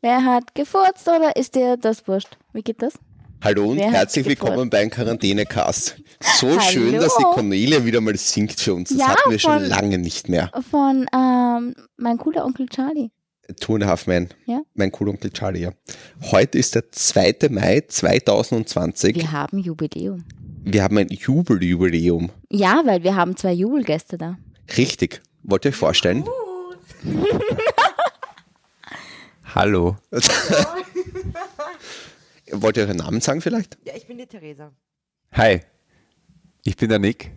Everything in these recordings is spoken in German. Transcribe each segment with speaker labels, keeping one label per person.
Speaker 1: Wer hat gefurzt oder ist dir das wurscht? Wie geht das?
Speaker 2: Hallo und
Speaker 1: Wer hat
Speaker 2: herzlich
Speaker 1: gefurzt?
Speaker 2: willkommen beim Quarantänecast. So
Speaker 1: Hallo.
Speaker 2: schön, dass die Cornelia wieder mal singt für uns. Das
Speaker 1: Ja,
Speaker 2: hatten wir schon
Speaker 1: voll.
Speaker 2: lange nicht mehr.
Speaker 1: Von ähm, mein cooler Onkel Charlie.
Speaker 2: Two and a Half Men.
Speaker 1: Ja.
Speaker 2: Mein cooler Onkel Charlie. Ja. Heute ist der 2. Mai 2020.
Speaker 1: Wir haben Jubiläum.
Speaker 2: Wir haben ein Jubeljubiläum.
Speaker 1: Ja, weil wir haben zwei Jubelgäste da.
Speaker 2: Richtig. Wollt ihr euch vorstellen?
Speaker 3: Hallo.
Speaker 2: Wollt ihr euren Namen sagen vielleicht?
Speaker 4: Ja, ich bin die Theresa.
Speaker 3: Hi. Ich bin der Nick.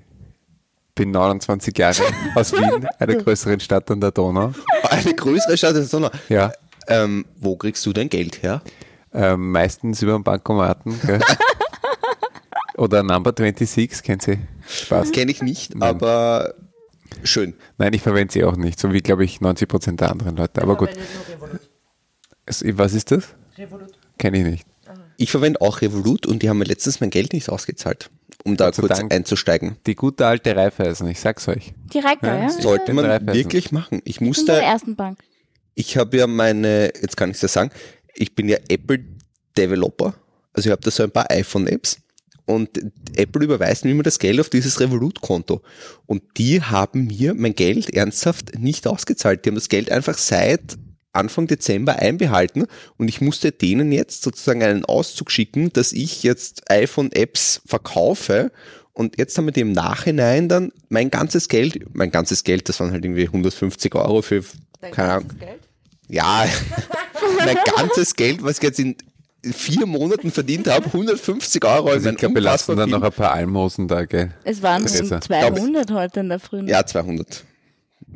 Speaker 3: Bin 29 Jahre aus Wien, einer größeren Stadt an der Donau.
Speaker 2: Eine größere Stadt als Donau.
Speaker 3: Ja.
Speaker 2: Ähm, wo kriegst du dein Geld her?
Speaker 3: Ähm, meistens über den Bankomaten. Gell? Oder Number 26, kennt sie? Spaß.
Speaker 2: Kenne ich nicht, aber schön.
Speaker 3: Nein, ich verwende sie auch nicht, so wie, glaube ich, 90% der anderen Leute. Aber gut. Es- Was ist das?
Speaker 4: Revolut.
Speaker 3: Kenne ich nicht.
Speaker 2: Ich verwende auch Revolut und die haben mir letztens mein Geld nicht ausgezahlt, um da
Speaker 3: sei
Speaker 2: kurz
Speaker 3: Dank.
Speaker 2: einzusteigen.
Speaker 3: Die gute alte Reifeisen, ich sag's euch.
Speaker 1: Direkt, ja? ja?
Speaker 2: Sollte
Speaker 3: bin drei
Speaker 2: man
Speaker 3: Personen.
Speaker 2: wirklich machen. Ich
Speaker 1: In der
Speaker 2: musste,
Speaker 1: ersten Bank.
Speaker 2: ich habe ja meine, jetzt kann ich es ja sagen, ich bin ja Apple Developer, also ich habe da so ein paar iPhone-Apps und Apple überweist mir immer das Geld auf dieses Revolut-Konto und die haben mir mein Geld ernsthaft nicht ausgezahlt. Die haben das Geld einfach seit Anfang Dezember einbehalten und ich musste denen jetzt sozusagen einen Auszug schicken, dass ich jetzt iPhone-Apps verkaufe und jetzt haben wir die im Nachhinein dann mein ganzes Geld, mein ganzes Geld, das waren halt irgendwie 150 Euro für,
Speaker 4: Dein
Speaker 2: keine Ahnung,
Speaker 4: ganzes Geld?
Speaker 2: ja, mein ganzes Geld, was ich jetzt in vier Monaten verdient habe, 150 Euro.
Speaker 3: Also
Speaker 2: mein
Speaker 3: ich glaube, wir lassen
Speaker 2: unfassbar
Speaker 3: dann
Speaker 2: viel-
Speaker 3: noch ein paar Almosen da, gell?
Speaker 1: Es waren
Speaker 3: Theresa.
Speaker 1: 200 heute in der frühen.
Speaker 2: Ja, 200.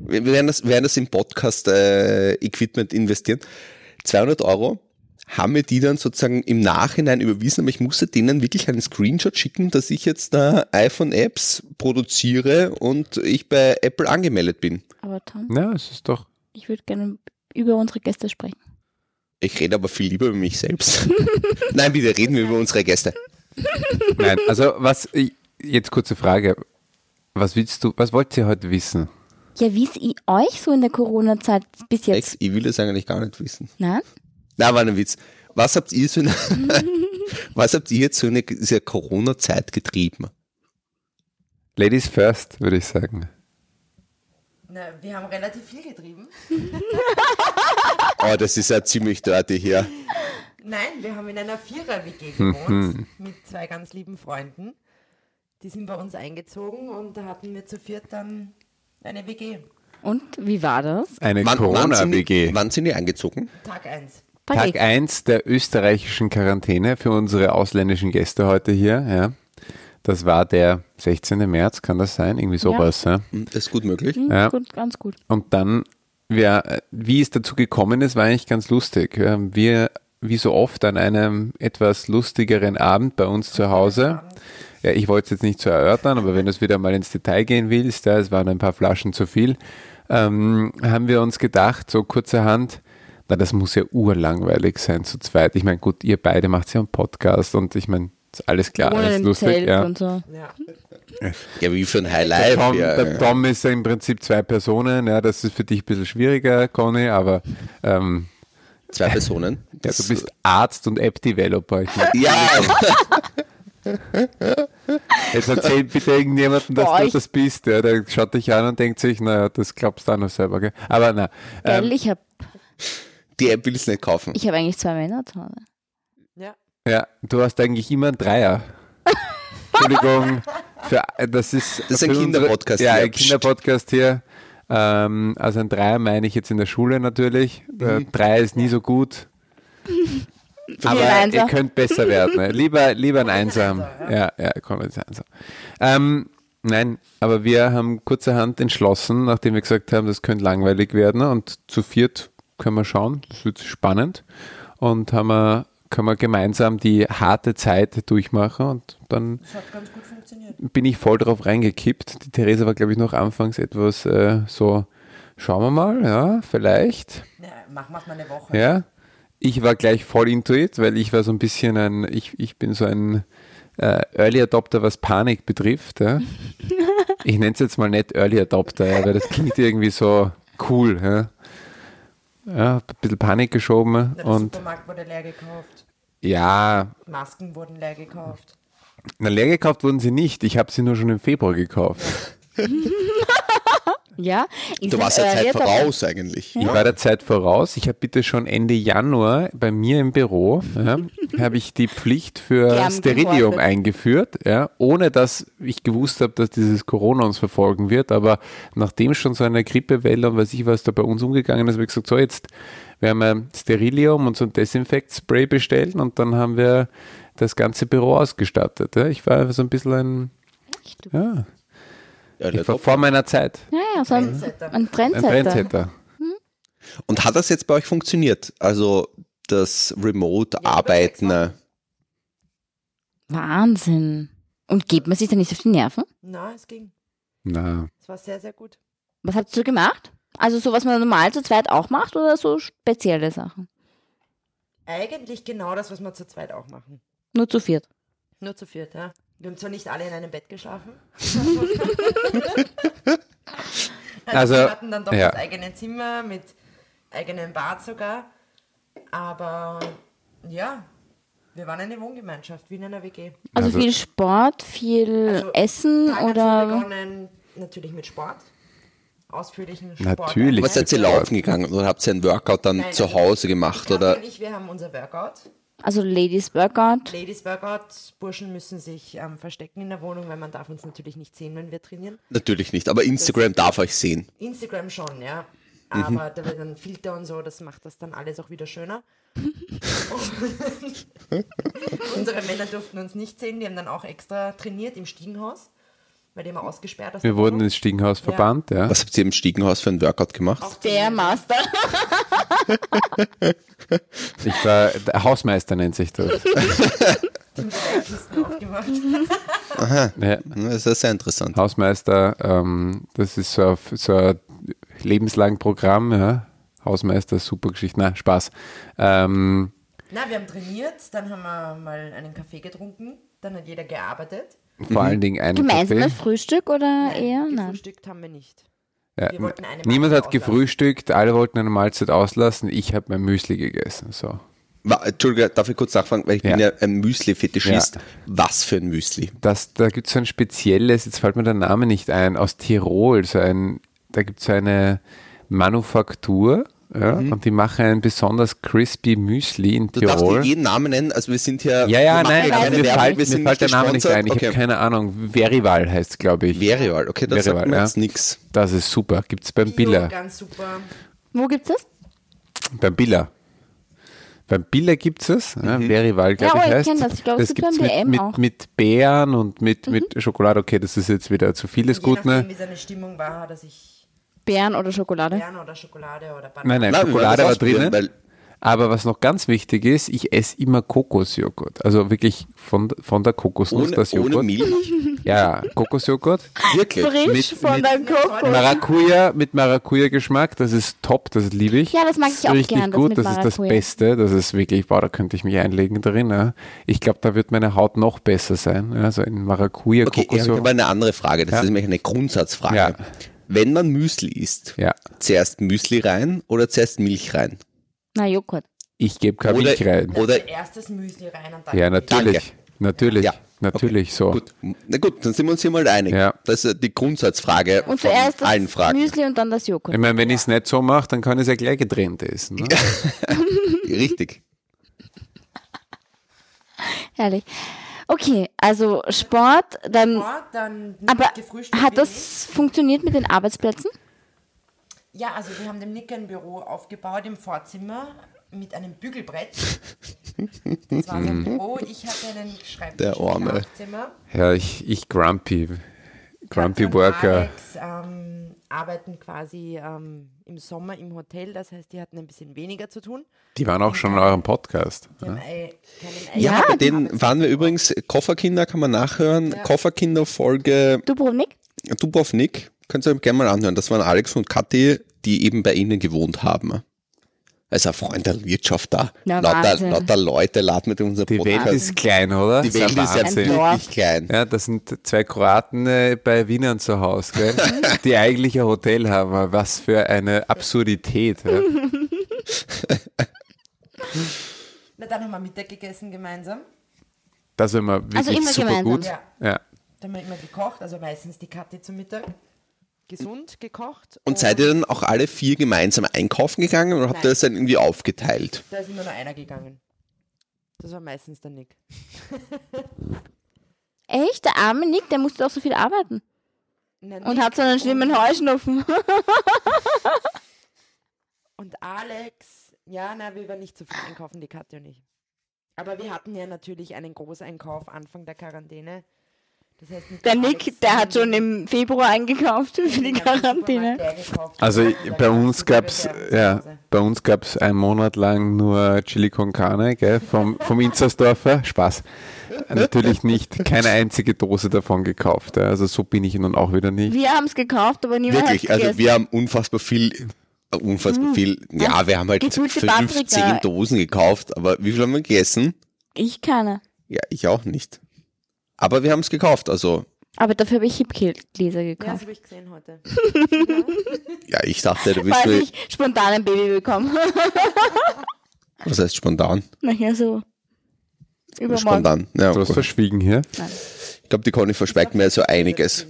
Speaker 2: Wir wir werden das, werden das im Podcast äh, Equipment investieren. 200 Euro haben mir die dann sozusagen im Nachhinein überwiesen, aber ich musste denen wirklich einen Screenshot schicken, dass ich jetzt da iPhone-Apps produziere und ich bei Apple angemeldet bin.
Speaker 1: Aber Tom,
Speaker 3: Na, es ist doch.
Speaker 1: ich würde gerne über unsere Gäste sprechen.
Speaker 2: Ich rede aber viel lieber über mich selbst. Nein, bitte reden wir über unsere Gäste.
Speaker 3: Nein, also was. ich- Jetzt kurze Frage. Was willst du, was wollt ihr heute wissen?
Speaker 1: Ja, wie ist i- euch so in der Corona-Zeit bis jetzt? ne?
Speaker 2: Ex, ich will das eigentlich gar nicht wissen.
Speaker 1: Nein?
Speaker 2: Na, war ein Witz. Was habt ihr, so in, was habt ihr jetzt so in dieser Corona-Zeit getrieben?
Speaker 3: Ladies first, würde ich sagen.
Speaker 4: Na, wir haben relativ viel getrieben.
Speaker 2: Oh, das ist ja ziemlich dirty hier.
Speaker 4: Nein, wir haben in einer Vierer-WG gewohnt mit zwei ganz lieben Freunden. Die sind bei uns eingezogen und da hatten wir zu viert dann eine WG.
Speaker 1: Und wie war das?
Speaker 3: Eine
Speaker 2: Wann- wann sind die-
Speaker 3: Corona-WG.
Speaker 2: Wann sind die eingezogen?
Speaker 4: Tag 1.
Speaker 3: Tag 1 der österreichischen Quarantäne für unsere ausländischen Gäste heute hier. Ja. Das war der 16. März, kann das sein? Irgendwie sowas. Ja.
Speaker 2: Hm, Das ist gut möglich.
Speaker 4: Mhm.
Speaker 1: Hm,
Speaker 3: Ja.
Speaker 1: gut, ganz gut.
Speaker 3: Und dann, wer, wie es dazu gekommen ist, war eigentlich ganz lustig. Ähm, Wir, wie so oft, an einem etwas lustigeren Abend bei uns zu Hause. Ja, ich wollte es jetzt nicht so erörtern, aber wenn du es wieder mal ins Detail gehen willst, ja, es waren ein paar Flaschen zu viel, ähm, haben wir uns gedacht, so kurzerhand, na, das muss ja urlangweilig sein zu zweit. Ich meine, gut, ihr beide macht ja einen Podcast und ich meine, ist alles klar,
Speaker 1: Ohne
Speaker 3: ist
Speaker 1: im
Speaker 3: lustig.
Speaker 1: Zelt
Speaker 3: Ja.
Speaker 1: und so.
Speaker 4: Ja.
Speaker 2: Ja, wie für ein
Speaker 3: Der
Speaker 2: Highlight.
Speaker 3: Tom,
Speaker 2: ja,
Speaker 3: der
Speaker 2: ja.
Speaker 3: Tom ist ja im Prinzip zwei Personen. Ja, das ist für dich ein bisschen schwieriger, Conny, aber ähm,
Speaker 2: Zwei Personen.
Speaker 3: ja, du bist Arzt und App-Developer. Ich mein,
Speaker 2: ja,
Speaker 3: Jetzt erzähl bitte irgendjemandem, dass
Speaker 1: Boah,
Speaker 3: du
Speaker 1: ich-
Speaker 3: das bist. Ja, der schaut dich an und denkt sich, naja, das glaubst du auch noch selber. Gell? Aber na,
Speaker 1: Gell,
Speaker 3: ähm,
Speaker 1: ich habe
Speaker 2: die App will es nicht kaufen.
Speaker 1: ich hab eigentlich zwei Männer zu Hause.
Speaker 4: Ja.
Speaker 3: ja, du hast eigentlich immer einen Dreier. Entschuldigung, für, das ist,
Speaker 2: Das ist ein
Speaker 3: für unsere-
Speaker 2: Kinderpodcast
Speaker 3: Ja,
Speaker 2: hier.
Speaker 3: ein Kinderpodcast hier. Ähm, also ein Dreier meine ich jetzt in der Schule natürlich.
Speaker 2: Mhm.
Speaker 3: Äh, Dreier ist nie so gut.
Speaker 1: Vier
Speaker 3: Aber
Speaker 1: Einser.
Speaker 3: ihr könnt besser werden. Ne? Lieber, lieber ein Einsam. Ja, ja, komm ins Einsam. Ähm, nein, aber wir haben kurzerhand entschlossen, nachdem wir gesagt haben, das könnte langweilig werden und zu viert können wir schauen, das wird spannend und haben wir, können wir gemeinsam die harte Zeit durchmachen und dann
Speaker 4: Das hat ganz gut funktioniert.
Speaker 3: bin ich voll drauf reingekippt. Die Theresa war, glaube ich, noch anfangs etwas äh, so, schauen wir mal, ja, vielleicht.
Speaker 4: Ja, machen wir mal eine Woche.
Speaker 3: Ja. Ich war gleich voll intuit, weil ich war so ein bisschen ein, ich, ich bin so ein äh, Early Adopter, was Panik betrifft. Ja. Ich nenne es jetzt mal nicht Early Adopter, ja, weil das klingt irgendwie so cool. Ja. ja, ein bisschen Panik geschoben
Speaker 4: Der
Speaker 3: und
Speaker 4: Supermarkt wurde leer gekauft.
Speaker 3: ja,
Speaker 4: Masken wurden leer gekauft.
Speaker 3: na, leer gekauft wurden sie nicht. Ich habe sie nur schon im Februar gekauft.
Speaker 1: Ja, Äh, ich
Speaker 2: Du warst
Speaker 4: äh,
Speaker 2: ja Zeit voraus eigentlich.
Speaker 3: Ich war der Zeit voraus. Ich habe bitte schon Ende Januar bei mir im Büro, ja, habe ich die Pflicht für
Speaker 1: Gern
Speaker 3: Steridium
Speaker 1: gehortet.
Speaker 3: eingeführt, ja, ohne dass ich gewusst habe, dass dieses Corona uns verfolgen wird. Aber nachdem schon so eine Grippewelle und weiß ich was da bei uns umgegangen ist, habe ich gesagt, so jetzt werden wir Sterilium und so ein Desinfekt-Spray bestellen und dann haben wir das ganze Büro ausgestattet. Ja. Ich war so ein bisschen ein, ja,
Speaker 2: Ja,
Speaker 3: ich
Speaker 2: der
Speaker 3: war vor meiner Zeit.
Speaker 1: Ja, ja, so ein,
Speaker 4: Trendsetter.
Speaker 1: ein
Speaker 3: Ein
Speaker 1: Trendsetter.
Speaker 3: Trendsetter.
Speaker 2: Und hat das jetzt bei euch funktioniert? Also das Remote-Arbeiten? äh,
Speaker 4: Ja,
Speaker 1: Wahnsinn. Und geht man sich da nicht auf die Nerven?
Speaker 4: Na, es ging.
Speaker 3: Na,
Speaker 4: Es war sehr, sehr gut.
Speaker 1: Was habt ihr gemacht? Also so, was man normal zu zweit auch macht oder so spezielle Sachen?
Speaker 4: Eigentlich genau das, was wir zu zweit auch machen.
Speaker 1: Nur zu viert.
Speaker 4: Nur zu viert, ja. Wir haben zwar nicht alle in einem Bett geschlafen.
Speaker 3: Also,
Speaker 4: also, wir hatten dann doch
Speaker 3: ja.
Speaker 4: das eigene Zimmer mit eigenem Bad sogar. Aber ja, wir waren eine Wohngemeinschaft, wie in einer WG.
Speaker 1: Also,
Speaker 3: Also-
Speaker 1: viel Sport, viel
Speaker 4: Also,
Speaker 1: Essen
Speaker 4: Tag hat so
Speaker 1: oder...
Speaker 4: begonnen, natürlich mit Sport. Ausführlichen Sport.
Speaker 3: Natürlich.
Speaker 2: Was seid ihr laufen gegangen oder habt ihr ein Workout dann
Speaker 4: Nein,
Speaker 2: zu
Speaker 4: also-
Speaker 2: Hause gemacht?
Speaker 4: Oder?
Speaker 2: Oder?
Speaker 4: Und ich, wir haben unser Workout.
Speaker 1: Also Ladies Workout.
Speaker 4: Ladies Workout. Burschen müssen sich ähm, verstecken in der Wohnung, weil man darf uns natürlich nicht sehen, wenn wir trainieren.
Speaker 2: Natürlich nicht, aber Instagram darf euch sehen.
Speaker 4: Instagram schon, ja.
Speaker 3: Mhm.
Speaker 4: Aber da wird dann Filter und so, das macht das dann alles auch wieder schöner. Und Unsere Männer durften uns nicht sehen, die haben dann auch extra trainiert im Stiegenhaus, weil die immer ausgesperrt aus der
Speaker 3: Wir wurden
Speaker 4: Wohnung.
Speaker 3: ins Stiegenhaus verbannt, ja.
Speaker 2: Was habt ihr im Stiegenhaus für ein Workout gemacht?
Speaker 1: Der Master.
Speaker 3: Ich war der Hausmeister nennt sich das.
Speaker 4: Kisten aufgemacht.
Speaker 3: Ja.
Speaker 2: Hm, Das ist ja sehr interessant.
Speaker 3: Hausmeister, ähm, das ist so, auf- so ein lebenslang Programm, ja. Hausmeister, super Geschichte. Na, Spaß. Ähm,
Speaker 4: Na, wir haben trainiert, dann haben wir mal einen Kaffee getrunken, dann hat jeder gearbeitet.
Speaker 2: Mhm.
Speaker 3: vor allen Dingen einen Kaffee.
Speaker 1: Gemeinsames Frühstück oder eher? Nein.
Speaker 4: Gefrühstückt haben wir nicht.
Speaker 3: Ja.
Speaker 4: Wir wollten eine
Speaker 3: Niemand
Speaker 4: Mahlzeit
Speaker 3: hat
Speaker 4: auslassen.
Speaker 3: gefrühstückt, alle wollten eine Mahlzeit auslassen. Ich habe mein Müsli gegessen. So.
Speaker 2: Wa- Entschuldige, darf ich kurz nachfragen, weil ich
Speaker 3: Ja.
Speaker 2: bin ja ein Müsli-Fetischist.
Speaker 3: Ja.
Speaker 2: Was für ein Müsli?
Speaker 3: Das, da gibt es so ein spezielles, jetzt fällt mir der Name nicht ein, aus Tirol, so ein, da gibt es so eine Manufaktur ja, und die machen ein besonders crispy Müsli in
Speaker 2: Mhm. Du darfst
Speaker 3: Tirol.
Speaker 2: dir jeden Namen nennen, also wir sind hier.
Speaker 3: Ja,
Speaker 2: wir
Speaker 3: ja,
Speaker 2: machen
Speaker 3: nein,
Speaker 2: hier
Speaker 3: nein
Speaker 2: keine
Speaker 3: mir,
Speaker 2: Werbung,
Speaker 3: fällt,
Speaker 2: wir
Speaker 3: mir
Speaker 2: sind
Speaker 3: fällt der
Speaker 2: nicht
Speaker 3: Name nicht
Speaker 2: gesponsert.
Speaker 3: ein. Ich habe
Speaker 2: Okay.
Speaker 3: keine Ahnung. Verival heißt glaube ich.
Speaker 2: Verival, okay, das
Speaker 3: Verival,
Speaker 2: sagt mir
Speaker 3: ja.
Speaker 2: jetzt nichts.
Speaker 3: Das ist super. Gibt es beim
Speaker 4: Bio,
Speaker 3: Billa.
Speaker 4: ganz super.
Speaker 1: Wo gibt's das?
Speaker 3: Beim Billa. Beim Billa gibt es es. Ja,
Speaker 2: Mhm.
Speaker 3: Verival, glaube
Speaker 1: Ja,
Speaker 3: ich,
Speaker 1: oh, ich
Speaker 3: heißt
Speaker 1: kenn das. Ich glaub, es gibt
Speaker 3: gibt's
Speaker 1: beim
Speaker 3: mit,
Speaker 1: DM
Speaker 3: mit,
Speaker 1: auch. Mhm.
Speaker 3: mit Beeren und mit, mit Schokolade. Okay, das ist jetzt wieder zu viel des
Speaker 4: Je nachdem,
Speaker 3: Guten. Ne?
Speaker 4: wie seine Stimmung war, dass ich
Speaker 1: Beeren oder Schokolade?
Speaker 4: Bern oder Schokolade oder Bananen.
Speaker 3: Nein, nein,
Speaker 2: Nein, wir wollen
Speaker 3: Schokolade
Speaker 2: das
Speaker 3: war
Speaker 2: ausprobieren,
Speaker 3: drinnen. Aber was noch ganz wichtig ist, ich esse immer Kokosjoghurt. Also wirklich von, von der Kokosnuss
Speaker 2: Ohne,
Speaker 3: das Joghurt.
Speaker 2: ohne Milch?
Speaker 3: Ja, Kokosjoghurt.
Speaker 2: Wirklich?
Speaker 1: Frisch
Speaker 3: Mit-
Speaker 1: von
Speaker 3: mit-
Speaker 1: der Coco.
Speaker 3: Maracuja mit Maracuja-Geschmack, das ist top, das liebe ich.
Speaker 1: Ja, das mag ich
Speaker 3: ist
Speaker 1: auch
Speaker 3: richtig
Speaker 1: gern, das
Speaker 3: gut,
Speaker 1: mit
Speaker 3: das ist das
Speaker 1: Maracuja.
Speaker 3: Beste, das ist wirklich, wow, da könnte ich mich einlegen drin. Ja. Ich glaube, da wird meine Haut noch besser sein. ja, Also in Maracuja,
Speaker 2: Okay, ich
Speaker 3: Kokos.
Speaker 2: habe eine andere Frage. Das
Speaker 3: Ja.
Speaker 2: ist nämlich eine Grundsatzfrage.
Speaker 3: Ja.
Speaker 2: Wenn man Müsli isst,
Speaker 3: Ja,
Speaker 2: zuerst Müsli rein oder zuerst Milch rein?
Speaker 1: Na, Joghurt.
Speaker 3: ich gebe keine
Speaker 2: Oder-
Speaker 3: Milch rein.
Speaker 2: Oder
Speaker 4: Erst das Müsli rein und dann
Speaker 3: Ja,
Speaker 4: Milch.
Speaker 3: natürlich. Natürlich,
Speaker 2: Ja, okay.
Speaker 3: natürlich so.
Speaker 2: gut. Na gut, dann sind wir uns hier mal einig.
Speaker 3: Ja.
Speaker 2: Das ist die Grundsatzfrage
Speaker 1: Und
Speaker 2: von
Speaker 1: zuerst das
Speaker 2: allen Fragen.
Speaker 1: Müsli und dann das
Speaker 3: Ich
Speaker 1: Joghurt.
Speaker 3: meine, wenn ich es nicht so mache, dann kann ich es ja gleich getrennt essen. Ne?
Speaker 2: Richtig.
Speaker 1: Herrlich. Okay, also Sport, dann.
Speaker 4: Vor, dann nicht
Speaker 1: Aber
Speaker 4: gefrühstückt
Speaker 1: hat
Speaker 4: wenig.
Speaker 1: das funktioniert mit den Arbeitsplätzen?
Speaker 4: Ja, also wir haben dem Nick ein Büro aufgebaut im Vorzimmer mit einem Bügelbrett. Das war sein Büro. Ich hatte einen Schreibtisch
Speaker 2: Mhm. Der Arme.
Speaker 4: im Schlafzimmer.
Speaker 3: Ja, ich, ich grumpy. Grumpy
Speaker 4: Katja und
Speaker 3: Worker.
Speaker 4: Alex ähm, arbeiten quasi ähm, im Sommer im Hotel. Das heißt, die hatten ein bisschen weniger zu tun.
Speaker 3: Die waren auch schon in eurem Podcast. ne?
Speaker 4: Die haben ei- keinen
Speaker 2: Ja,
Speaker 4: eigenen
Speaker 1: genau.
Speaker 2: bei denen
Speaker 4: Arbeitsplatz.
Speaker 2: waren wir übrigens Kofferkinder, kann man nachhören. Kofferkinder-Folge
Speaker 1: Dubrovnik?
Speaker 2: Dubrovnik. Könnt ihr euch gerne mal anhören. Das waren Alex und Kathi, die eben bei ihnen gewohnt haben. Also ein Freund der Wirtschaft da.
Speaker 1: Na,
Speaker 2: lauter,
Speaker 1: Wahnsinn.
Speaker 2: lauter Leute laden mit unserem
Speaker 3: Die Welt
Speaker 2: Podcast.
Speaker 3: ist klein, oder?
Speaker 2: die Welt ist ja
Speaker 1: Wahnsinn.
Speaker 2: wirklich klein.
Speaker 3: Ja, das sind zwei Kroaten äh, bei Wienern zu Hause,
Speaker 1: Mhm.
Speaker 3: gell? die eigentlich ein Hotel haben. Was für eine Absurdität. Ja?
Speaker 4: Na, dann haben wir Mittag gegessen gemeinsam.
Speaker 3: Das ist immer wirklich
Speaker 1: Also immer
Speaker 3: super
Speaker 1: gemeinsam.
Speaker 3: gut.
Speaker 4: Ja.
Speaker 3: Ja.
Speaker 4: Dann haben wir immer gekocht, also meistens die Kathi zum Mittag. Gesund gekocht.
Speaker 2: Und seid ihr dann auch alle vier gemeinsam einkaufen gegangen oder habt ihr
Speaker 4: Nein.
Speaker 2: das dann irgendwie aufgeteilt?
Speaker 4: Da ist immer nur einer gegangen. Das war meistens der Nick.
Speaker 1: Echt? Der arme Nick, der musste doch so viel arbeiten.
Speaker 4: Nein,
Speaker 1: Und
Speaker 4: Nick
Speaker 1: hat so einen schlimmen Heuschnupfen.
Speaker 4: Und Alex, ja, na, wir waren nicht so viel einkaufen, die Katja und ich. Aber wir hatten ja natürlich einen Großeinkauf Anfang der Quarantäne. Das heißt, mit
Speaker 1: Der
Speaker 4: Alex
Speaker 1: Nick, der hat
Speaker 4: sind
Speaker 1: schon im Februar eingekauft für
Speaker 4: wir in
Speaker 1: die
Speaker 4: den ganzen
Speaker 1: Quarantäne.
Speaker 4: Supermarkt eingekauft.
Speaker 3: Also
Speaker 4: Und
Speaker 3: ich-
Speaker 4: dann
Speaker 3: bei uns
Speaker 4: kamen wir
Speaker 3: gab's äh,
Speaker 4: wieder zu
Speaker 3: ja,
Speaker 4: Hause.
Speaker 3: bei uns gab's einen Monat lang nur Chili con Carne, gell, vom vom Inzersdorfer. Spaß. Natürlich nicht, keine einzige Dose davon gekauft. ja. Also so bin ich nun auch wieder nicht.
Speaker 1: Wir haben es gekauft, aber niemand hat
Speaker 2: Wirklich, also
Speaker 1: gegessen.
Speaker 2: wir haben unfassbar viel, äh, unfassbar viel, ja, wir haben halt
Speaker 1: Gefühlte
Speaker 2: fünf,
Speaker 1: Paprika.
Speaker 2: zehn Dosen gekauft, aber wie viel haben wir gegessen?
Speaker 1: Ich keine.
Speaker 2: Ja, ich auch nicht. Aber wir haben es gekauft, also,
Speaker 1: Aber dafür habe ich Hipgläser
Speaker 4: Ja, das
Speaker 1: gekauft.
Speaker 4: habe ich gesehen heute.
Speaker 2: ja, ich dachte, du bist,
Speaker 1: Weil
Speaker 2: du,
Speaker 1: ich spontan ein Baby bekommen.
Speaker 2: was heißt spontan?
Speaker 1: Naja, so. Übermorgen.
Speaker 2: Spontan, ja.
Speaker 3: Du hast
Speaker 2: gut.
Speaker 3: verschwiegen hier.
Speaker 2: Ich glaube, die Conny verschweigt mir so einiges.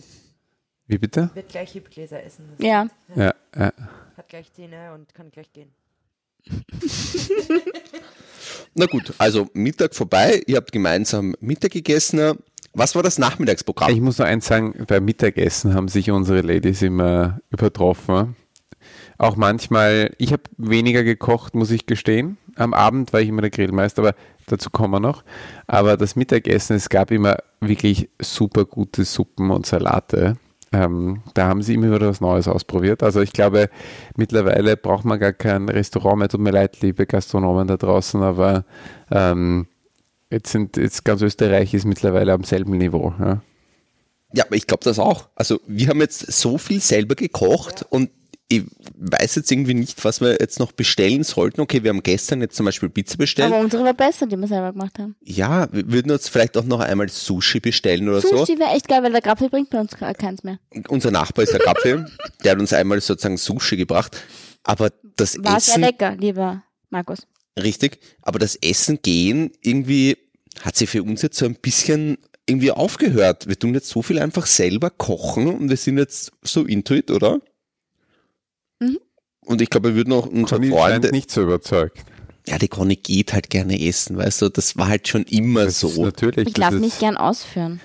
Speaker 3: Wie bitte?
Speaker 4: Wird gleich Hipgläser essen. Das
Speaker 1: Ja.
Speaker 3: Ja, ja.
Speaker 4: Hat gleich Zähne und kann gleich gehen.
Speaker 2: Na gut, also Mittag vorbei, ihr habt gemeinsam Mittag gegessen. Was war das Nachmittagsprogramm?
Speaker 3: Ich muss nur eins sagen, beim Mittagessen haben sich unsere Ladies immer übertroffen. Auch manchmal, ich habe weniger gekocht, muss ich gestehen. Am Abend war ich immer der Grillmeister, aber dazu kommen wir noch. Aber das Mittagessen, es gab immer wirklich super gute Suppen und Salate. Ähm, da haben sie immer wieder was Neues ausprobiert. Also ich glaube, mittlerweile braucht man gar kein Restaurant mehr. Tut mir leid, liebe Gastronomen da draußen, aber ähm, jetzt sind jetzt ganz Österreich ist mittlerweile am selben Niveau. Ja.
Speaker 2: Ja, aber ich glaube das auch. Also wir haben jetzt so viel selber gekocht und ich weiß jetzt irgendwie nicht, was wir jetzt noch bestellen sollten. Okay, wir haben gestern jetzt zum Beispiel Pizza bestellt.
Speaker 1: Aber unsere war besser, die wir selber gemacht haben.
Speaker 2: ja, wir würden uns vielleicht auch noch einmal Sushi bestellen oder
Speaker 1: Sushi wäre echt geil, weil der Grapfel bringt bei uns ke- keins mehr.
Speaker 2: so. Unser Nachbar ist der Kaffee, der hat uns einmal sozusagen Sushi gebracht. Aber das
Speaker 1: War sehr
Speaker 2: Essen,
Speaker 1: lecker, lieber Markus.
Speaker 2: richtig, aber das Essen gehen irgendwie hat sich für uns jetzt so ein bisschen irgendwie aufgehört. Wir tun jetzt so viel einfach selber kochen und wir sind jetzt so intuit, oder?
Speaker 1: Mhm.
Speaker 2: Und ich glaube, wir würden auch unsere
Speaker 3: Conny scheint
Speaker 2: Freunde. Äh,
Speaker 3: nicht so überzeugt.
Speaker 2: Ja, die Conny geht halt gerne essen, weißt du, das war halt schon immer
Speaker 3: Das ist
Speaker 2: so.
Speaker 3: natürlich.
Speaker 1: Ich
Speaker 3: das
Speaker 1: lasse
Speaker 3: ist-
Speaker 1: mich gern ausführen.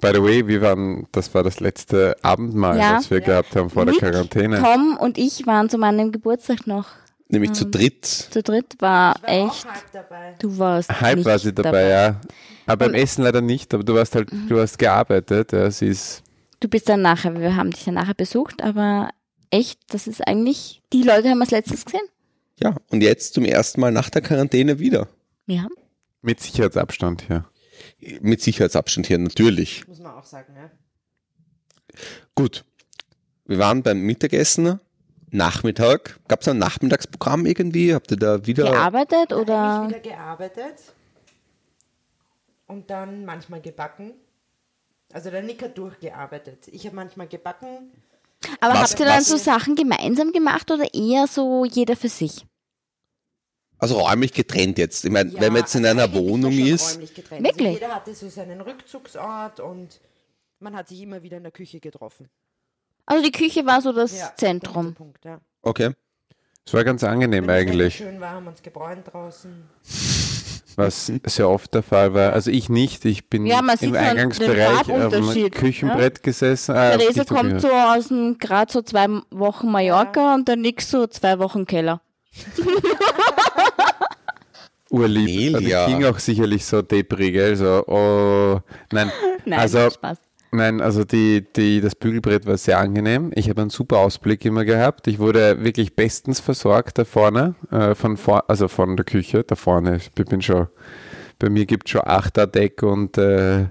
Speaker 3: By the way, wir waren, das war das letzte Abendmahl,
Speaker 1: Ja.
Speaker 3: das wir gehabt haben vor
Speaker 1: Nick,
Speaker 3: der Quarantäne.
Speaker 1: Mhm. Tom und ich waren zu meinem Geburtstag noch
Speaker 2: Nämlich zu dritt.
Speaker 1: zu dritt, war
Speaker 4: War
Speaker 1: echt.
Speaker 4: auch halb dabei.
Speaker 1: Du warst.
Speaker 3: Halb
Speaker 1: nicht Mhm.
Speaker 3: war sie dabei, ja. Aber beim
Speaker 1: Beim-
Speaker 3: Essen leider nicht, aber du warst halt, du hast gearbeitet. Ja, sie ist,
Speaker 1: Du bist dann nachher, wir haben dich dann nachher besucht, aber echt, das ist eigentlich. Die Leute haben wir als letztes gesehen.
Speaker 2: Ja, und jetzt zum ersten Mal nach der Quarantäne wieder.
Speaker 1: Ja.
Speaker 3: mit Sicherheitsabstand hier.
Speaker 2: Mit Sicherheitsabstand hier, natürlich.
Speaker 4: Muss man auch sagen, ja.
Speaker 2: Gut. Wir waren beim Mittagessen, Nachmittag. Gab es ein Nachmittagsprogramm irgendwie? Habt ihr da wieder.
Speaker 1: Gearbeitet
Speaker 4: Dann
Speaker 1: oder.
Speaker 4: hab ich wieder gearbeitet und dann manchmal gebacken. Also der Nick hat durchgearbeitet. Ich habe manchmal gebacken.
Speaker 1: Aber
Speaker 2: Was-
Speaker 1: habt ihr dann
Speaker 2: was-
Speaker 1: so Sachen gemeinsam gemacht oder eher so jeder für sich?
Speaker 2: Also räumlich getrennt jetzt. Ich meine, wenn man jetzt in
Speaker 4: also
Speaker 2: einer
Speaker 4: eigentlich war
Speaker 2: Wohnung
Speaker 4: schon
Speaker 2: ist,
Speaker 4: räumlich getrennt. Also
Speaker 1: Wirklich?
Speaker 4: jeder hatte so seinen Rückzugsort und man hat sich immer wieder in der Küche getroffen.
Speaker 1: Also die Küche war so das
Speaker 4: Ja,
Speaker 1: Zentrum.
Speaker 4: Punkt, Punkt, ja.
Speaker 2: okay.
Speaker 3: Es war ganz angenehm
Speaker 4: Wenn das Wetter
Speaker 3: eigentlich,
Speaker 4: schön war, haben wir uns gebräunt draußen.
Speaker 3: was sehr oft der Fall war. Also ich nicht, ich bin
Speaker 1: Ja, man sieht
Speaker 3: im
Speaker 1: schon den
Speaker 3: Eingangsbereich auf dem
Speaker 1: Farbunterschied,
Speaker 3: Küchenbrett gesessen. Ah,
Speaker 1: Theresa
Speaker 3: nicht auf dem-
Speaker 1: ne? kommt so aus dem, gerade so zwei Wochen Mallorca und dann nix so zwei Wochen Keller.
Speaker 3: urlieb. Und ich
Speaker 2: Cornelia.
Speaker 3: ging auch sicherlich so deprig, gell? so, oh, nein.
Speaker 1: Nein,
Speaker 3: also,
Speaker 1: Spaß.
Speaker 3: nein, also die, die, das Bügelbrett war sehr angenehm. Ich habe einen super Ausblick immer gehabt. Ich wurde wirklich bestens versorgt da vorne, äh, von vor, also von der Küche, da vorne. Ich bin schon, bei mir gibt es schon Achterdeck und äh,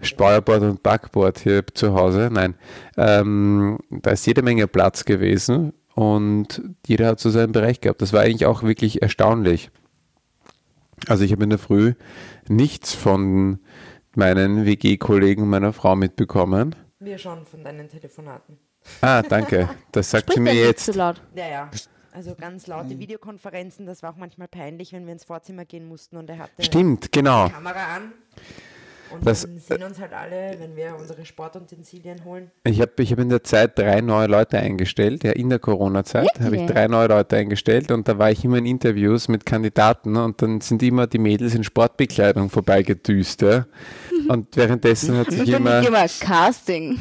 Speaker 3: Steuerbord und Backbord hier zu Hause. Nein, ähm, da ist jede Menge Platz gewesen und jeder hat so seinen Bereich gehabt. Das war eigentlich auch wirklich erstaunlich. Also ich habe in der Früh nichts von meinen WG-Kollegen meiner Frau mitbekommen.
Speaker 4: Wir schon von deinen Telefonaten.
Speaker 3: Ah, danke. Das sagt sie
Speaker 1: Spricht
Speaker 3: mir
Speaker 1: er jetzt zu
Speaker 3: jetzt.
Speaker 1: laut.
Speaker 4: Ja, ja. Also ganz
Speaker 2: Hm.
Speaker 4: laute Videokonferenzen, das war auch manchmal peinlich, wenn wir ins Vorzimmer gehen mussten und er hatte
Speaker 3: Stimmt,
Speaker 4: die
Speaker 3: genau.
Speaker 4: Kamera an. Und
Speaker 3: Das-
Speaker 4: dann sehen uns halt alle, wenn wir unsere Sportutensilien holen.
Speaker 3: Ich habe ich hab in der Zeit drei neue Leute eingestellt. Ja, in der Corona-Zeit habe ich
Speaker 1: Wirklich?
Speaker 3: drei neue Leute eingestellt und da war ich immer in Interviews mit Kandidaten und dann sind immer die Mädels in Sportbekleidung vorbeigedüst. Ja. Und währenddessen hat sich
Speaker 1: Ich bin nicht
Speaker 3: immer.
Speaker 1: immer Casting.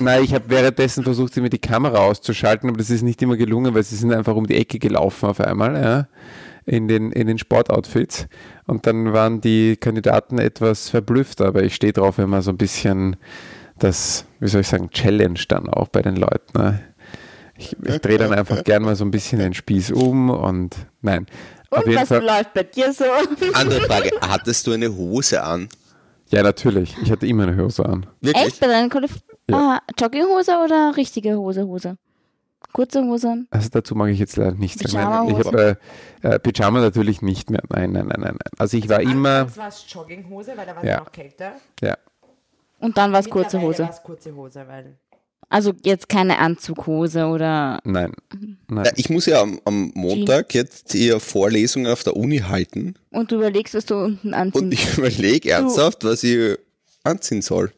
Speaker 3: Nein, ich habe währenddessen versucht, immer die Kamera auszuschalten, aber das ist nicht immer gelungen, weil sie sind einfach um die Ecke gelaufen auf einmal, ja, in den, in den Sportoutfits. Und dann waren die Kandidaten etwas verblüfft, aber ich stehe drauf immer so ein bisschen das, wie soll ich sagen, Challenge dann auch bei den Leuten. Ne? Ich, ich drehe dann einfach gern mal so ein bisschen den Spieß um und nein. auf
Speaker 1: Und
Speaker 3: jeden
Speaker 1: was
Speaker 3: Fall.
Speaker 1: läuft bei dir so?
Speaker 2: Andere Frage, hattest du eine Hose an?
Speaker 3: Ja, natürlich. Ich hatte immer eine Hose an.
Speaker 2: Wirklich?
Speaker 1: Echt? Bei deinen Kollegen? Ah, Jogginghose oder richtige Hose, Hose? Kurze Hose?
Speaker 3: Also dazu mag ich jetzt leider nichts sagen. Ich
Speaker 1: Pyjama-Hose.
Speaker 3: habe äh, äh, Pyjama natürlich nicht mehr. Nein, nein, nein, nein. nein. Also ich war immer,
Speaker 4: Das war es Jogginghose, weil da war es
Speaker 3: Ja.
Speaker 4: noch kälter.
Speaker 3: ja,
Speaker 1: Und dann war es kurze
Speaker 4: Mittlerweile
Speaker 1: Hose.
Speaker 4: war's kurze Hose, weil
Speaker 1: Also jetzt keine Anzughose oder
Speaker 3: nein, nein.
Speaker 2: Ja, ich muss ja am, am Montag jetzt hier Vorlesungen auf der Uni halten
Speaker 1: und du überlegst, was du unten
Speaker 2: und
Speaker 4: Hm.
Speaker 1: anziehst.
Speaker 2: ich überlege ernsthaft, was ich anziehen soll.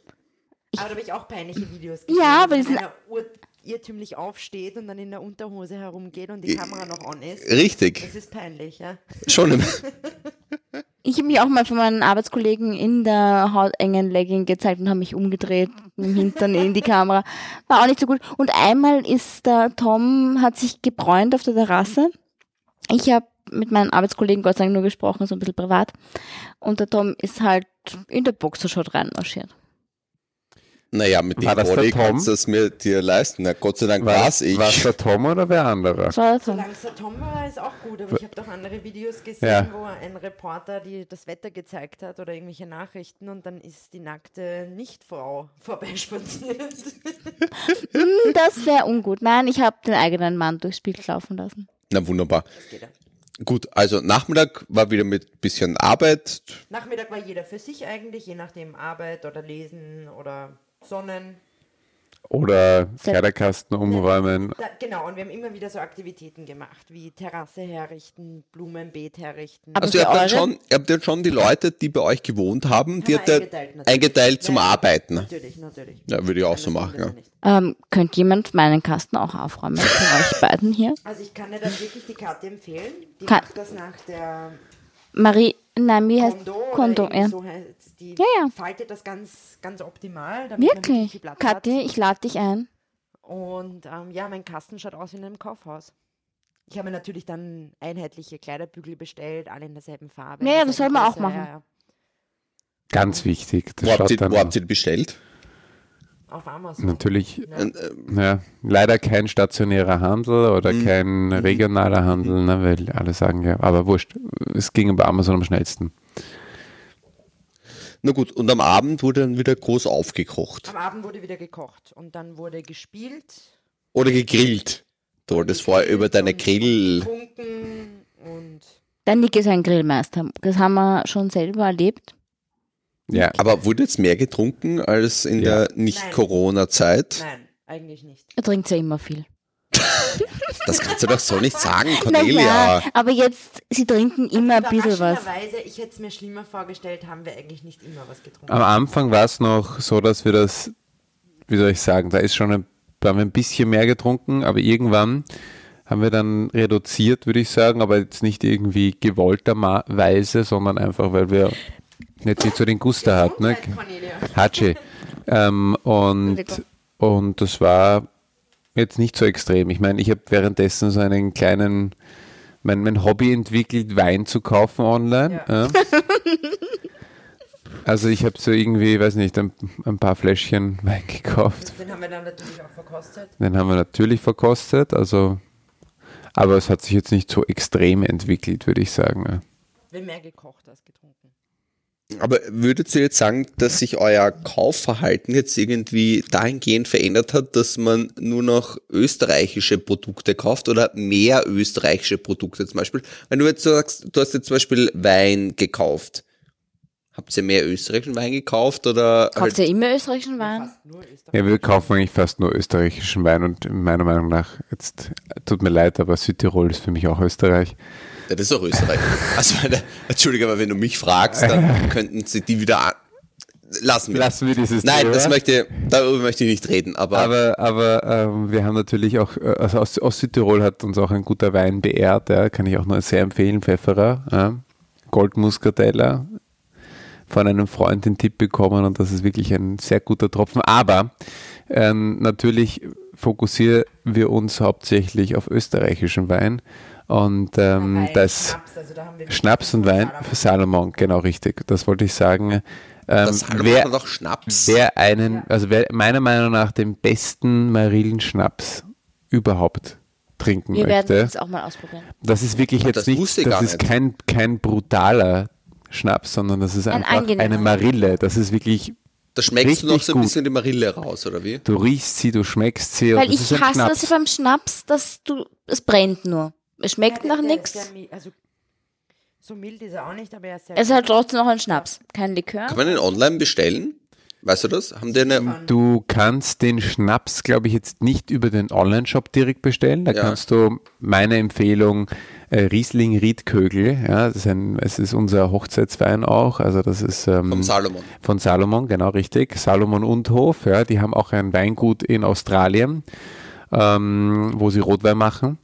Speaker 4: Aber da habe ich auch peinliche Videos
Speaker 1: Ja, aber
Speaker 4: wenn
Speaker 1: die sind-
Speaker 4: einer ur irrtümlich aufsteht und dann in der Unterhose herumgeht und
Speaker 3: Äh,
Speaker 4: die Kamera noch on ist.
Speaker 2: Richtig,
Speaker 4: Das ist peinlich, ja.
Speaker 2: schon.
Speaker 1: Ich habe mich auch mal von meinen Arbeitskollegen in der hautengen Legging gezeigt und habe mich umgedreht, mit dem Hintern in die Kamera. War auch nicht so gut. Und einmal ist der Tom, hat sich gebräunt auf der Terrasse. Ich habe mit meinen Arbeitskollegen Gott sei Dank nur gesprochen, so ein bisschen privat. Und der Tom ist halt in der Boxershot reinmarschiert.
Speaker 2: Naja, mit dem
Speaker 3: War das der
Speaker 2: Body
Speaker 3: Tom?
Speaker 2: kannst du es mir dir leisten. Na, Gott sei Dank war es ich.
Speaker 3: War der Tom oder wer anderer?
Speaker 1: Das war der Tom.
Speaker 4: Solange es der Tom war, ist auch gut, aber ich habe doch andere Videos gesehen,
Speaker 3: Ja.
Speaker 4: wo ein Reporter die das Wetter gezeigt hat oder irgendwelche Nachrichten und dann ist die nackte Nichtfrau vorbeispaziert.
Speaker 1: Hm, Das wäre ungut. Nein, ich habe den eigenen Mann durchs Bild laufen lassen.
Speaker 2: Na wunderbar.
Speaker 4: Das geht ja.
Speaker 2: Gut, also Nachmittag war wieder mit bisschen Arbeit.
Speaker 4: Nachmittag war jeder für sich eigentlich, je nachdem Arbeit oder Lesen oder Sonnen.
Speaker 3: Oder Kleiderkasten umräumen.
Speaker 4: Da, genau, und wir haben immer wieder so Aktivitäten gemacht, wie Terrasse herrichten, Blumenbeet herrichten.
Speaker 1: Aber
Speaker 2: Also ihr
Speaker 1: für
Speaker 2: habt, dann
Speaker 1: eure?
Speaker 2: schon, ihr habt dann schon die Leute, die bei euch gewohnt haben, die
Speaker 4: wir
Speaker 2: habt ihr
Speaker 4: eingeteilt
Speaker 2: eingeteilt,
Speaker 4: natürlich.
Speaker 2: zum
Speaker 4: Ja, ja.
Speaker 2: Arbeiten.
Speaker 4: Natürlich, natürlich.
Speaker 2: Ja, würde ich auch so
Speaker 4: Anders
Speaker 2: machen,
Speaker 4: geht das
Speaker 2: ja.
Speaker 4: nicht.
Speaker 1: Ähm, könnt jemand meinen Kasten auch aufräumen für euch beiden hier?
Speaker 4: Also ich kann dir dann wirklich die Karte empfehlen. Die
Speaker 1: Kann-
Speaker 4: macht das nach der
Speaker 1: Marie, nein, wie heißt
Speaker 4: Kondo. oder
Speaker 1: Kondo,
Speaker 4: irgendwie
Speaker 1: ja.
Speaker 4: So heißt die
Speaker 1: Ja, ja.
Speaker 4: faltet das ganz, ganz optimal. Damit man
Speaker 1: Wirklich?
Speaker 4: viel Platz
Speaker 1: Kathi,
Speaker 4: Hat.
Speaker 1: ich lade dich ein.
Speaker 4: Und ähm, ja, mein Kasten schaut aus wie in einem Kaufhaus. Ich habe mir natürlich dann einheitliche Kleiderbügel bestellt, alle in derselben Farbe. in
Speaker 1: Ja, ja, das
Speaker 4: derselben
Speaker 1: soll man auch
Speaker 4: Größe, ja,
Speaker 1: machen.
Speaker 3: Ganz wichtig. Das
Speaker 2: Wo habt
Speaker 3: schaut
Speaker 2: ihr,
Speaker 3: dann
Speaker 2: wo habt ihr die bestellt? äh,
Speaker 4: ja. Auf Amazon.
Speaker 3: natürlich,
Speaker 4: Ja.
Speaker 3: ja, leider kein stationärer Handel oder
Speaker 2: Mhm.
Speaker 3: kein regionaler Handel, ne, weil alle sagen ja, aber wurscht. Es ging bei Amazon am schnellsten.
Speaker 2: Na gut, und am Abend wurde dann wieder groß aufgekocht.
Speaker 4: Am Abend wurde wieder gekocht und dann wurde gespielt,
Speaker 2: Oder gegrillt. Du wolltest vorher über deine Grill.
Speaker 4: getrunken und
Speaker 1: Der Nick ist ein Grillmeister. Das haben wir schon selber erlebt.
Speaker 3: Ja,
Speaker 2: Aber wurde jetzt mehr getrunken als in
Speaker 3: Ja.
Speaker 2: der Nicht-Corona-Zeit?
Speaker 4: nein, eigentlich nicht.
Speaker 1: Er trinkt ja immer viel.
Speaker 2: Das kannst du doch so nicht sagen,
Speaker 1: Naja,
Speaker 2: Cornelia.
Speaker 1: aber jetzt, sie trinken
Speaker 4: Also
Speaker 1: immer ein bisschen was.
Speaker 4: Überraschenderweise, ich hätte es mir schlimmer vorgestellt, haben wir eigentlich nicht immer was getrunken.
Speaker 2: Ah,
Speaker 3: Am Anfang war es noch so, dass wir das, wie soll ich sagen, da ist schon ein, da haben wir ein bisschen mehr getrunken, aber irgendwann haben wir dann reduziert, würde ich sagen, aber jetzt nicht irgendwie gewollterweise, sondern einfach, weil wir nicht so den Guster hatten. Ne?
Speaker 4: Gesundheit, Cornelia.
Speaker 3: Hatschi. ähm, und,
Speaker 1: Entschuldigung.
Speaker 3: und das war jetzt nicht so extrem. Ich meine, ich habe währenddessen so einen kleinen, mein, mein Hobby entwickelt, Wein zu kaufen online. Ja. Also ich habe so irgendwie, weiß nicht, ein, ein paar Fläschchen Wein gekauft.
Speaker 4: Den haben wir dann natürlich auch verkostet.
Speaker 3: Den haben wir natürlich verkostet, also aber es hat sich jetzt nicht so extrem entwickelt, würde ich sagen.
Speaker 4: Wir haben mehr gekocht als getrunken.
Speaker 2: Aber würdet ihr jetzt sagen, dass sich euer Kaufverhalten jetzt irgendwie dahingehend verändert hat, dass man nur noch österreichische Produkte kauft oder mehr österreichische Produkte zum Beispiel? Wenn du jetzt sagst, du hast jetzt zum Beispiel Wein gekauft, Habt ihr mehr österreichischen Wein gekauft oder halt-
Speaker 1: Kauft ihr immer österreichischen Wein?
Speaker 4: Fast nur Österreich.
Speaker 3: Ja, wir kaufen eigentlich fast nur österreichischen Wein und meiner Meinung nach, jetzt tut mir leid, aber Südtirol ist für mich auch Österreich.
Speaker 2: Ja, das ist doch Österreich. Also, meine, Entschuldige, aber wenn du mich fragst, dann könnten sie die wieder an. Lassen wir.
Speaker 3: Lassen wir dieses
Speaker 2: Nein, das
Speaker 3: Thema.
Speaker 2: möchte, darüber möchte ich nicht reden, aber,
Speaker 3: Aber, aber ähm, wir haben natürlich auch, äh, also aus, aus Südtirol hat uns auch ein guter Wein beehrt, ja, kann ich auch nur sehr empfehlen, Pfefferer, ja. Goldmuskateller, von einem Freund den Tipp bekommen und das ist wirklich ein sehr guter Tropfen. Aber ähm, natürlich fokussieren wir uns hauptsächlich auf österreichischen Wein und ähm,
Speaker 4: Wobei,
Speaker 3: das...
Speaker 4: Schnaps, also da haben wir
Speaker 3: Schnaps und Wein für Salomon, genau richtig. Das wollte ich sagen. Ähm,
Speaker 2: das Salomon
Speaker 3: wer,
Speaker 2: hat auch Schnaps.
Speaker 3: wer einen, also wer meiner Meinung nach den besten Marillenschnaps überhaupt trinken
Speaker 1: Wir werden
Speaker 3: möchte,
Speaker 1: das auch mal ausprobieren.
Speaker 3: das ist wirklich jetzt
Speaker 2: das
Speaker 3: nicht,
Speaker 2: wusste ich
Speaker 3: das
Speaker 2: gar
Speaker 3: ist
Speaker 2: nicht.
Speaker 3: kein, kein brutaler Schnaps, sondern das ist
Speaker 1: Ein
Speaker 3: einfach
Speaker 1: angenehmer.
Speaker 3: eine Marille. Das ist wirklich,
Speaker 2: da schmeckst du noch
Speaker 3: richtig
Speaker 2: so ein
Speaker 3: gut.
Speaker 2: bisschen die Marille raus, oder wie?
Speaker 3: du riechst sie, du schmeckst sie. und
Speaker 1: Weil
Speaker 3: das ist
Speaker 1: ich
Speaker 3: ein
Speaker 1: hasse
Speaker 3: Schnaps.
Speaker 1: das beim Schnaps, dass du, es brennt nur. Es schmeckt
Speaker 4: Ja,
Speaker 1: nach
Speaker 4: der- der ist
Speaker 1: nichts.
Speaker 4: sehr mi- Also, so mild ist er auch nicht, aber er ist sehr.
Speaker 1: Es ist halt trotzdem noch ein Schnaps, kein Likör.
Speaker 2: Kann man den online bestellen? Weißt du das? Haben die eine.
Speaker 3: Du kannst den Schnaps, glaube ich, jetzt nicht über den Online-Shop direkt bestellen. Da
Speaker 2: Ja.
Speaker 3: kannst du meine Empfehlung äh, Riesling Riedkögel. Ja, das ist ein, es ist unser Hochzeitswein auch. Also das ist ähm,
Speaker 2: Vom Salomon.
Speaker 3: von Salomon, genau richtig. Salomon und Hof. Ja, die haben auch ein Weingut in Australien, ähm, wo sie Rotwein machen.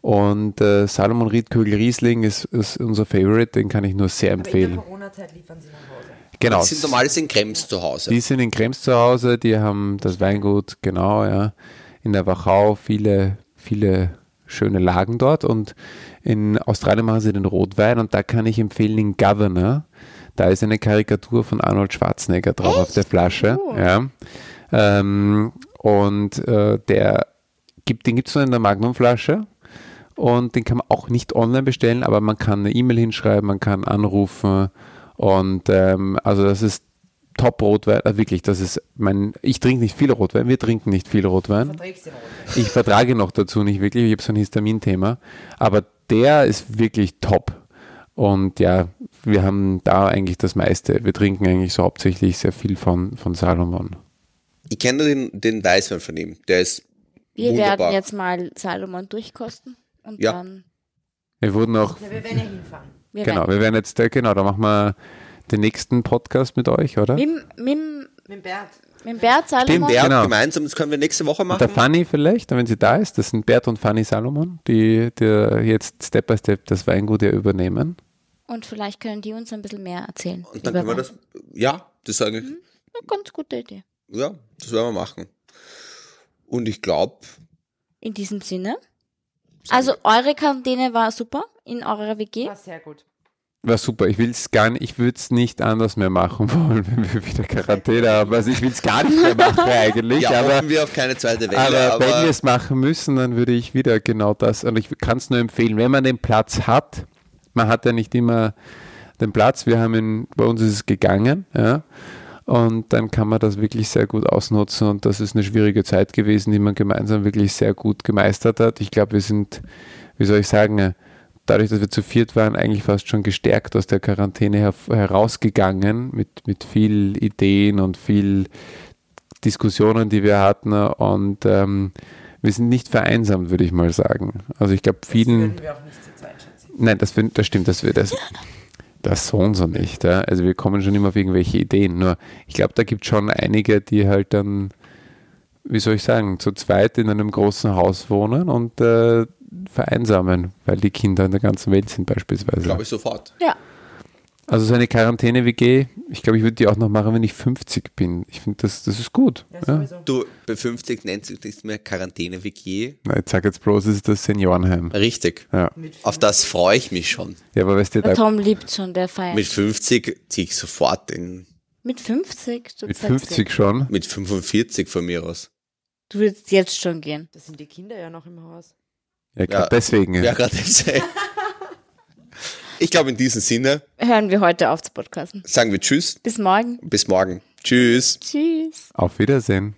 Speaker 3: Und äh, Salomon Riedkögel Riesling ist, ist unser Favorite. Den kann ich nur sehr
Speaker 4: Aber in der
Speaker 3: empfehlen.
Speaker 4: Corona-Zeit liefern sie nach Hause.
Speaker 3: Genau.
Speaker 2: Die sind normal in Krems zu Hause.
Speaker 3: Die sind in Krems zu Hause, die haben das Weingut, genau, ja. In der Wachau viele, viele schöne Lagen dort. Und in Australien machen sie den Rotwein und da kann ich empfehlen den Governor. Da ist eine Karikatur von Arnold Schwarzenegger drauf auf der Flasche. Ja. Ähm, und äh, der gibt, den gibt es nur in der Magnumflasche. Und den kann man auch nicht online bestellen, aber man kann eine E-Mail hinschreiben, man kann anrufen. Und ähm, also das ist top Rotwein. Äh, wirklich, das ist mein. Ich trinke nicht viel Rotwein, wir trinken nicht viel Rotwein.
Speaker 4: Verträgst du den Rotwein?
Speaker 3: Ich vertrage noch dazu nicht wirklich, ich habe so ein Histaminthema. Aber der ist wirklich top. Und ja, wir haben da eigentlich das meiste. Wir trinken eigentlich so hauptsächlich sehr viel von, von Salomon.
Speaker 2: Ich kenne den, den Weißwein von ihm. Der ist.
Speaker 1: Wir
Speaker 2: wunderbar.
Speaker 1: werden jetzt mal Salomon durchkosten und
Speaker 2: Ja.
Speaker 1: dann.
Speaker 3: Wir wurden auch
Speaker 4: Ja, wir werden ja hinfahren.
Speaker 1: Wir
Speaker 3: Genau, wir werden jetzt, äh, genau, da machen wir den nächsten Podcast mit euch, oder?
Speaker 1: Werden, mit, mit,
Speaker 4: Mit dem Bert.
Speaker 1: mit Bert Salomon.
Speaker 3: Stimmt, Bert.
Speaker 2: Der
Speaker 3: Genau.
Speaker 2: gemeinsam, das können wir nächste Woche
Speaker 3: Und der
Speaker 2: machen.
Speaker 3: Fanny vielleicht, wenn sie da ist, das sind Bert und Fanny Salomon, die, die jetzt Step by Step das Weingut ja übernehmen.
Speaker 1: Und vielleicht können die uns ein bisschen mehr erzählen.
Speaker 2: Und dann
Speaker 1: über
Speaker 2: können wir
Speaker 1: Wein.
Speaker 2: das. Ja, das ist eigentlich.
Speaker 1: Eine ganz gute Idee.
Speaker 2: Ja, das werden wir machen. Und ich glaube,
Speaker 1: In diesem Sinne. Also eure Quarantäne war super in eurer WG.
Speaker 4: War sehr gut.
Speaker 3: War super, ich will es gar nicht, ich würde es nicht anders mehr machen wollen, wenn wir wieder Quarantäne haben. Also ich will es gar nicht mehr machen eigentlich,
Speaker 2: ja,
Speaker 3: aber,
Speaker 2: hoffen wir auf keine zweite Welle.
Speaker 3: aber,
Speaker 2: aber
Speaker 3: wenn wir es machen müssen, dann würde ich wieder genau das, und ich kann es nur empfehlen, wenn man den Platz hat, man hat ja nicht immer den Platz, wir haben ihn, bei uns ist es gegangen, ja, Und dann kann man das wirklich sehr gut ausnutzen. Und das ist eine schwierige Zeit gewesen, die man gemeinsam wirklich sehr gut gemeistert hat. Ich glaube, wir sind, wie soll ich sagen, äh, dadurch, dass wir zu viert waren, eigentlich fast schon gestärkt aus der Quarantäne herv- herausgegangen mit, mit viel Ideen und viel Diskussionen, die wir hatten. Und ähm, wir sind nicht vereinsamt, würde ich mal sagen. Also ich glaube, vielen.
Speaker 4: Würden wir auch nicht zu zweit schätzen.
Speaker 3: Nein, das, find- das stimmt, das, wir- das, das so und so nicht. Ja. Also wir kommen schon immer auf irgendwelche Ideen. Nur ich glaube, da gibt es schon einige, die halt dann, wie soll ich sagen, zu zweit in einem großen Haus wohnen und äh, vereinsamen, weil die Kinder in der ganzen Welt sind beispielsweise.
Speaker 2: glaube ich sofort.
Speaker 1: Ja.
Speaker 3: Also so eine Quarantäne-WG, ich glaube, ich würde die auch noch machen, wenn ich 50 bin. Ich finde, das, das ist gut.
Speaker 4: Ja,
Speaker 3: Ja.
Speaker 4: sowieso.
Speaker 2: Du, bei 50 nennt sich nicht mehr Quarantäne-WG.
Speaker 3: Na, ich sage jetzt bloß, es ist das Seniorenheim.
Speaker 2: Richtig.
Speaker 3: Ja,
Speaker 2: Auf das freue ich mich schon.
Speaker 3: ja aber weißt du,
Speaker 1: Der
Speaker 3: da
Speaker 1: Tom liebt schon, der feiert.
Speaker 2: Mit
Speaker 1: Mit,
Speaker 2: 50 ziehe ich sofort in,
Speaker 1: 50? Du
Speaker 3: mit
Speaker 1: sagst jetzt-
Speaker 3: 50 schon.
Speaker 2: mit 45 von mir aus.
Speaker 1: Du willst jetzt schon gehen.
Speaker 4: Da sind die Kinder ja noch im Haus.
Speaker 3: Ja, grad
Speaker 2: Ja.
Speaker 3: deswegen.
Speaker 2: Ja, gerade jetzt. Ich glaube, in diesem Sinne
Speaker 1: Hören wir heute auf zu podcasten.
Speaker 2: sagen wir Tschüss.
Speaker 1: Bis morgen.
Speaker 2: Bis morgen. Tschüss.
Speaker 1: Tschüss.
Speaker 3: Auf Wiedersehen.